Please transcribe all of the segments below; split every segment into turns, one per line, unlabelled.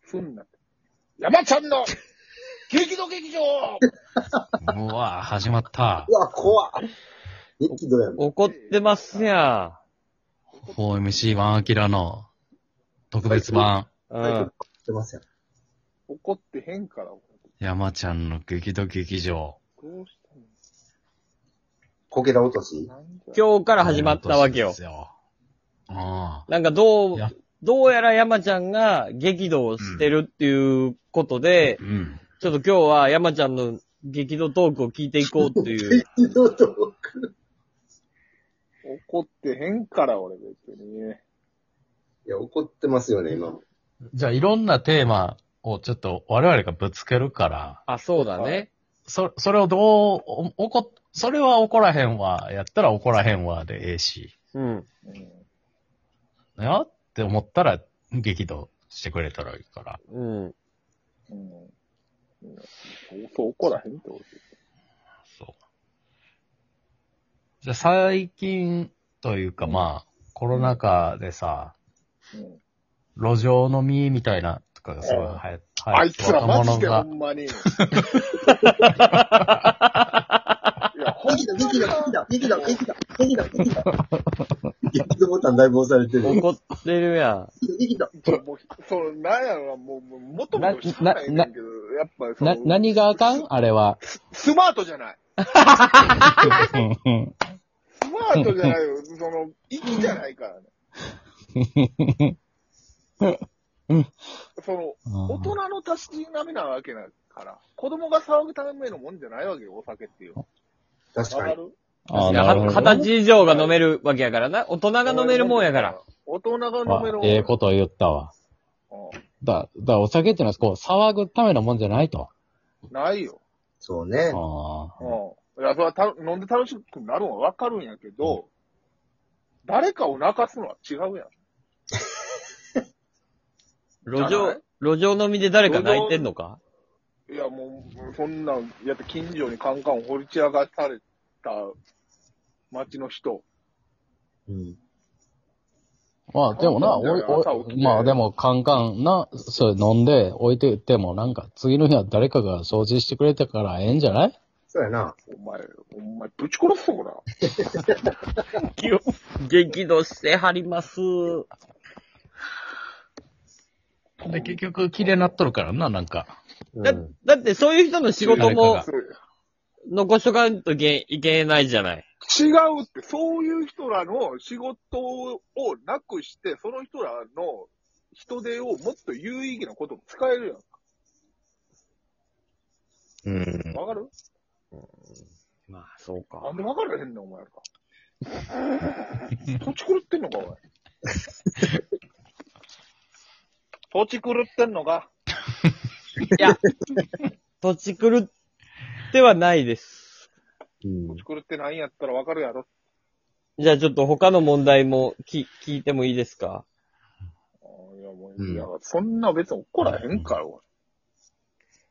ふんなって。山ちゃんの、激怒劇場
うわ、始まった
う。わ、怖っ。激怒やん。
怒ってますや
4MC1 アキラの特別版、
ん。う
タイトル
ん。
出ますやん。
怒ってへんから、ど
山ちゃんの激怒劇場。
うしたの
こけら落とし
なんじゃ
今日から始まったわけよ
です。よ。あ
なんかどう
いや、
どうやら山ちゃんが激怒をしてるっていうことで
あ。う、ん。
ちょっと今日は山ちゃんの激怒トークを聞いていこ うっ ていう。
激怒と。
怒ってへんから、俺別に。
いや、怒ってますよね、今。
じゃあ、いろんなテーマをちょっと我々がぶつけるから、
あ、そうだね。
そ、それをどう、おおこ、それは怒らへんわ、やったら怒らへんわでええし、
うん。
うん
なって思ったら激怒してくれたらいいから。
うん。
うん。うんそうそう怒らへんって俺。
そう。じゃあ最近というかまあ、コロナ禍でさ、
うん
路上飲みみたいなとかがすごい流行った。
あいつらマジでほ
が。
んまに。いや、ほん
激怒、激怒、激怒、激怒、激怒、激怒。激怒ボタンだいぶ押されてる。
怒ってるや
激怒。
ちょもう、その、なんやろな、もう、もう元々しゃあないねんけど、やっぱ、その、
があかんあれは。
スマートじゃない。スマートじゃないよ。その、息じゃないからね。その、大人のたしなみなわけだから、子供が騒ぐためのもんじゃないわけよ、お酒っていう。わ
確
か
かに。
る
ん。
あ
い
な
や
るほ
は
ど
二十歳以上が飲めるわけやからな。大人が飲めるもんやから。。
大人が飲
ま
める
あ
も、ん。
ええことを言ったわ。
う
だ、だ、お酒っていうのは、こう、騒ぐためのもんじゃないと。
んないよ。
そうね。
ああ。
うん。いや、それはた飲んで楽しくなるのはわかるんやけど、誰かを泣かすのは違うやん。
路
じゃ
上、路上飲みで誰か泣いてんの か
いや、もう、そんなん、やって近所にカンカン掘り散らかされた町の人。
うん。
まあ、でもな、
そうなん
お
だ
い、
よ朝
お
起き
い、
て
まあでも、カンカンな、そう、飲んで置いてっても、なんか、次の日は誰かが掃除してくれたから、ええんじゃない
そうやな。
お前、お前、ぶち殺すぞ、こら。
激怒してはります。
で、結局、綺麗になっとるからな、なんか。
う
だ
ん。
だってそういう人の仕事
誰か
も
が
そう
残しとかんといけいけないじゃない。
違うって、そういう人らの仕事をなくして、その人らの人手をもっと有意義なことも使えるやん。
うん。
わかる
まあ、そう
な
か
ん。でわからへんねん、お前らか。土地狂ってんのか、おい。土地狂ってんのか。
いや、土地狂ってはないです。
うん
土地狂ってないんやったらわかるやろ。
じゃあちょっと他の問題もき聞いてもいいですか
あーいや、もう、
うん
いや、そんな別に怒らへんから、おい。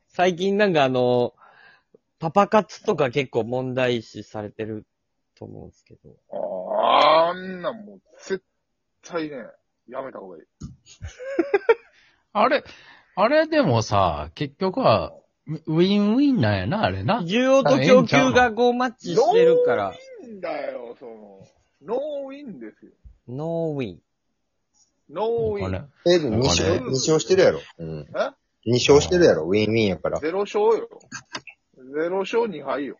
最近なんかあの、パパ活とか結構問題視されてると思うんですけど。
あーあんなんもう、絶対ね、やめた方がいい。
あれ、あれでもさ、結局は、ウィンウィンなんやな、あれな。
需要と供給がこうマッチしてるから、
いいんだよ、その、ノーウィンですよ。
ノーウィン。
ノーウ
お
ィ
金
ン。
え、でも2
お
勝、
金
二勝してるやろ。うん。2
え
勝してるやろ、ウィンウィンやから。
ゼロ勝よ。ゼロ勝2敗よ。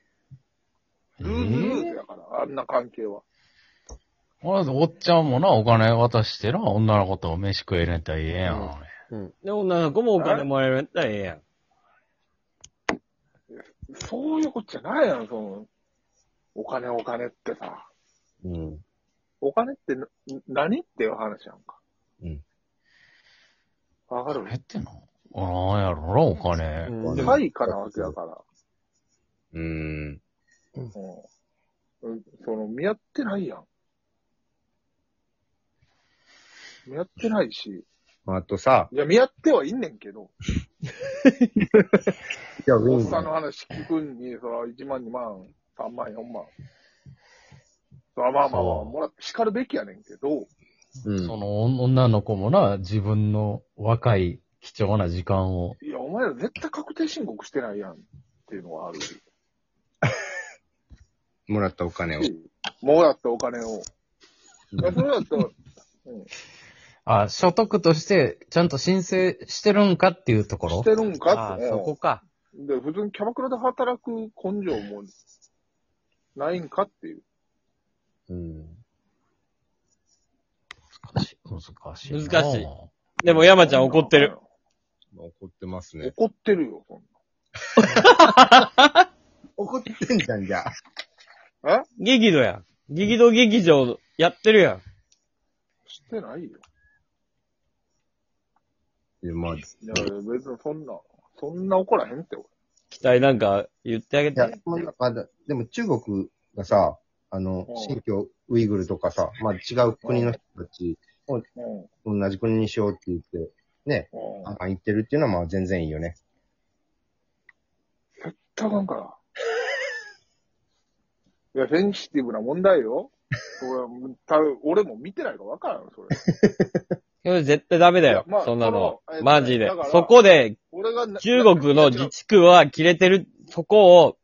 ルーズルーズやから、あんな関係は。
まず、おっちゃんもな、お金渡してな、女の子と飯食えれたらええやん。
うん。で、女の子もお金もらえるんだらええやん。
そういうことじゃないやん、その、お金お金ってさ。
うん。
お金ってな何っていう話やんか。
うん。
わかる
えってのなんやろな、お金。
うん
ん
でも
対価なわけやから。
うん。
うん。うんその、見合ってないやん。見合ってないし。
あとさ、
いや、見合ってはいんねんけど。
いや、ウ
お
ィ
っさん
ン。
の話聞くに、そら1万、2万、3万、4万。そらまあまあまあ、
そう
もらって叱るべきやねんけど、
う
その女の子もな、自分の若い
貴重な時間を。
いや、お前ら絶対確定申告してないやんっていうのはある。
もらったお金を。
もらったお金を。いやそれだったら、
あ、所得として、ちゃんと申請してるんかっていうとこ
し
ろ
てるんか
あ
っ
あ、
て。
そこか。
で、普通にキャバクラで働く根性もないんかっていう。
うん。
難しい。難しいな。
難しいでも山ちゃん怒ってる。。
怒ってますね。
怒ってるよ、そん
怒ってんじゃん、じゃあ。
な。え
激怒やん。激怒劇場やってるやん。
してないよ。
いやまあ、
いや、別にそんな、そんな怒らへんって、俺。
期待なんか言ってあげ
いや
て。、
そんなまだ、でも中国がさ、あの
うん、
新疆ウイグルとかさ、まあ違う国の人たち、
うん。
同じ国にしようって言って、ね、
うん。
あ言ってるっていうのはまあ全然いいよね。
たかんから。 いや、センシティブな問題よ。それはもうた俺も見てないから分からんよ、それ。
それ絶対ダメだよ
いやまあ。
そんなの
そのえっ。と
マジで
だから。
そこで、
俺がな
中国の自治区は切れてる、そこを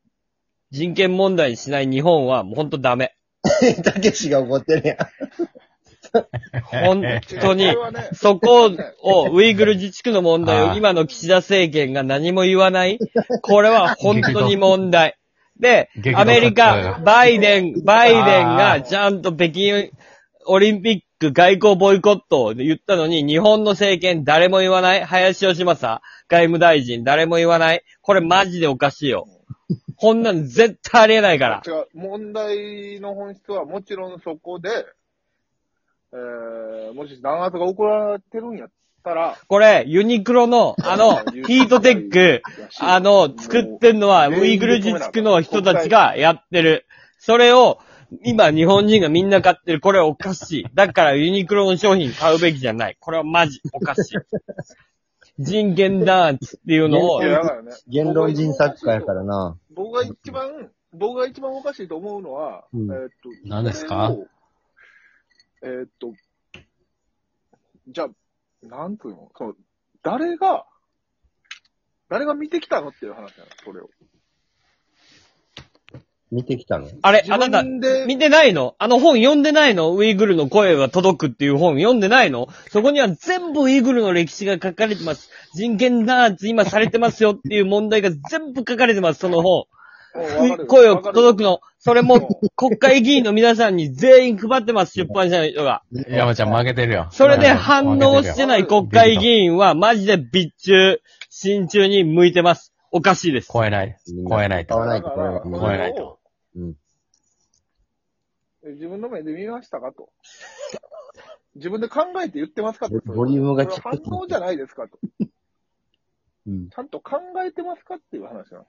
人権問題にしない日本はもうほんとダメ。
たけしが怒ってるやん。
本当
いやそ
に
れ。はね
そこを、ウイグル自治区の問題を今の岸田政権が何も言わない。これは本当に問題。で
激、動
アメリ
激
カ、
動
バイデン、バイデン
あー
がちゃんと北京オリンピック外交ボイコットを言ったのに、日本の政権誰も言わない。林芳正外務大臣誰も言わない。これマジでおかしいよ。こんなの絶対ありえないから。
違う、問題の本質はもちろんそこで、えー、もし弾圧が行われてるんやったら、
これ、ユニクロの、あの、ヒートテック、あの、作ってんのは、
もう
ウイグル自治区の人たちがやってる。それを、今、日本人がみんな買ってる。これおかしい。だから、ユニクロの商品買うべきじゃない。これはマジおか しい。人権弾圧っていうのを
い、やだからね
言論人作家やからな。
僕が一番、僕が一番おかしいと思うのは、
うん
えーっと、
何ですか
これをえーっと、じゃあ、なんていうのその、誰が、誰が見てきたのっていう話なの、それを。
見てきたの
あれ、あな
自
た、
分で
見てないのあの本読んでないのウイグルの声は届くっていう本読んでないのそこには全部ウイグルの歴史が書かれてます。人権弾圧今されてますよっていう問題が全部書かれてます、その本。う声を届く
の。
の。それも国会議員の皆さんに全員配ってます、出版社の人が。
山ちゃん負けてるよ。
それで反応してない国会議員はマジで備中、真中に向いてます。おかしいです。
超えない。超えない
買わ
と。
ないと、これは。
ん
だ
も
か
超
う
ら
えないと。
それをえ自分の目で見ましたかと。 自分で考えて言ってますかと。
ボリュームが違う
それは反応じゃないですかと。
うん
ちゃんと考えてますかっていう話なの。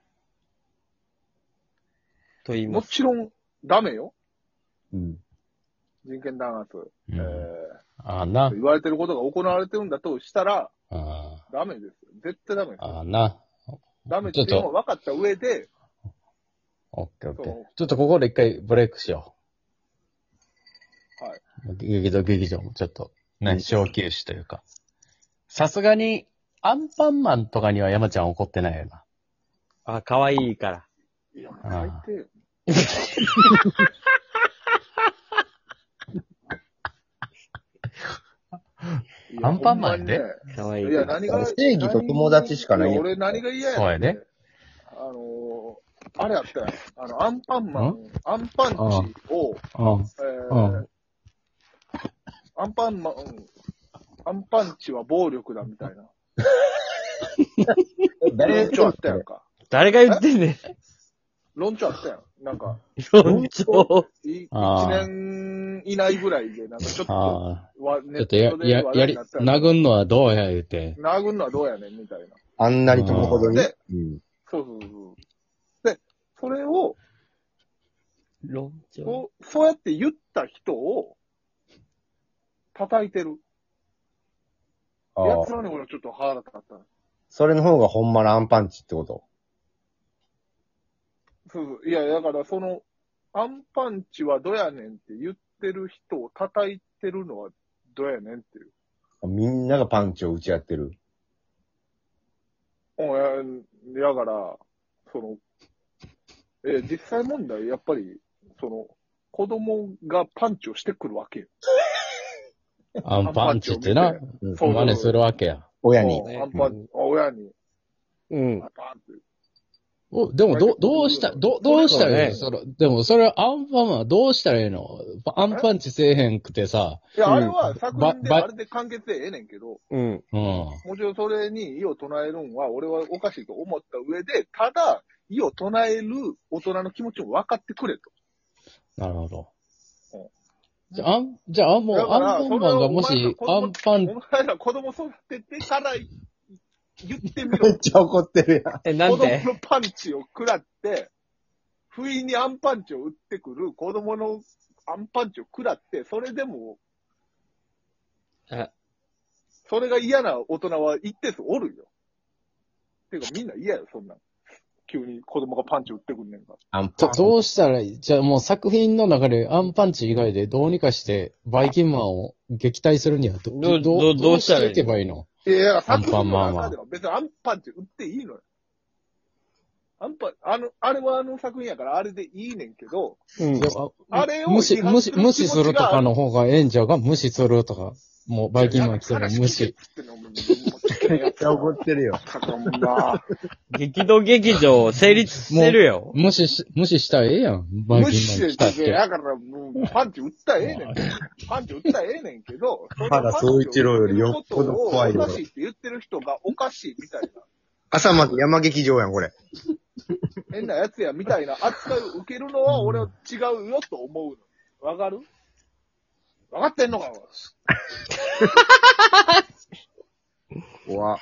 と言いま
も
す。
ちろん、ダメよ。
うん。
人権弾圧。
うん
え
あ
ー
な。
言われてることが行われてるんだとしたら、
あ
ダメですよ。絶対ダメですよ。
あな。
ダメっていうのは分かった上で、
オッケーオッケー
そう。
ちょっとここで一回ブレイクしよ
はい。
う。劇場、劇場もちょっと。
ね、小休止というか。さすがに、アンパンマンとかには山ちゃん怒ってないよな。
あ、可愛いから。
いや、最
あー
低。いや
アンパンマンで
ほんまに
可愛い
ねい
か
や、
ら。
何が。
正義と友達しかないやん
や俺何が嫌や
そ
ね
う
ん
やね。
あのー、あれやったよ。あの、アンパンマン、アンパンチを、
うん。
え
う
ー、アンパンマン、アンパンチは暴力だみたいな。
誰
論調あったや
よ
ん。か。
誰が言ってんね
論調あったやん。なんか、
ん。長。
い一
あー
年以内ぐらいで、なんかちょっと、
あ
わ
あ。ちょ
ネッ
っとや
ト、で
や、
話
や
題に
り
なっ、たやん。
殴んのはどうや言うて。
殴るのはどうやねんみたいな。
あんなに飛ぶほどに。
で
うん。
そうそうそう。で、それを、
論調。
そうそうやって言った人を、叩いてる。
あ
や
あ
つ。らに俺はちょっと腹立った。
それの方がほんまのアンパンチってこと。
そうそう。いや、だからその、アンパンチはどやねんって言ってる人を叩いてるのはどやねんっていう。
みんながパンチを打ち合ってる。
うん、や、やから、その、えー実際問題、やっぱり、その、子供がパンチをしてくるわけよ。
アンパンチってな、
うん
そう
真似するわけや。
親に。
うんアンパン、親に、
うん
パ。ンって。
おでも、ど、どうした、ど、どうしたらいいの
そ
それ、でも、それアンパンマンどうしたらいいのアンパンチせえへんくてさ、
いや、あれは作品で
ばば
あれで完結でええねんけど、
うん。
うん。
もちろんそれに異を唱えるんは、俺はおかしいと思った上で、ただ、異を唱える大人の気持ちも分かってくれと。
なるほど
うん。
じゃあ、あんじゃあ、もう、
だから
アンパンマンがも
それは
し、ア
お前
ン
ら子
パン、
お前ら子供育ててから言ってみろ
め。っちゃ怒ってるやん。
え、なん
子供
て
のパンチを食らって、不意にアンパンチを打ってくる子供のアンパンチを食らって、それでも
あ、
それが嫌な大人は一定数おるよ。てかみんな嫌よ、そんなん。急に子供がパンチ打ってくんねんから。
アンパ
ど
ン。
どうしたらいいじゃあ、もう作品の中でアンパンチ以外でどうにかして、バイキンマンを撃退するにはど、
どどどうしたらい
どうし
い
ていけばいいの
いや、
ア
作
ン
品
パンマ
の
ンは
中では別にアンパンチ打っていいのよ。アンパン、あの、あれはあの作品やからあれでいいねんけど、
うん
いやあ
あれを
無視、
批判
無
す
視、
る気持ちが
無視するとかの方が演者が無視するとか、もうバイキンマン来たら無視。。
めっちゃ怒ってるよ。
激動劇場成立してるよ。
無視し、無視したらええやん。バイ
無
キ
視
ンマン来
したて、
ってて。
だからもうパンチ打ったらええねん。パンチ打ったらええねんけ ど、
原総一郎よりよっぽど怖いよ
おかしいって言ってる人がおかしいみたいな、
朝まで山劇場やん、これ。
変なやつやみたいな扱いを受けるのは俺は違うよと思うの。わかるわかってんのか
怖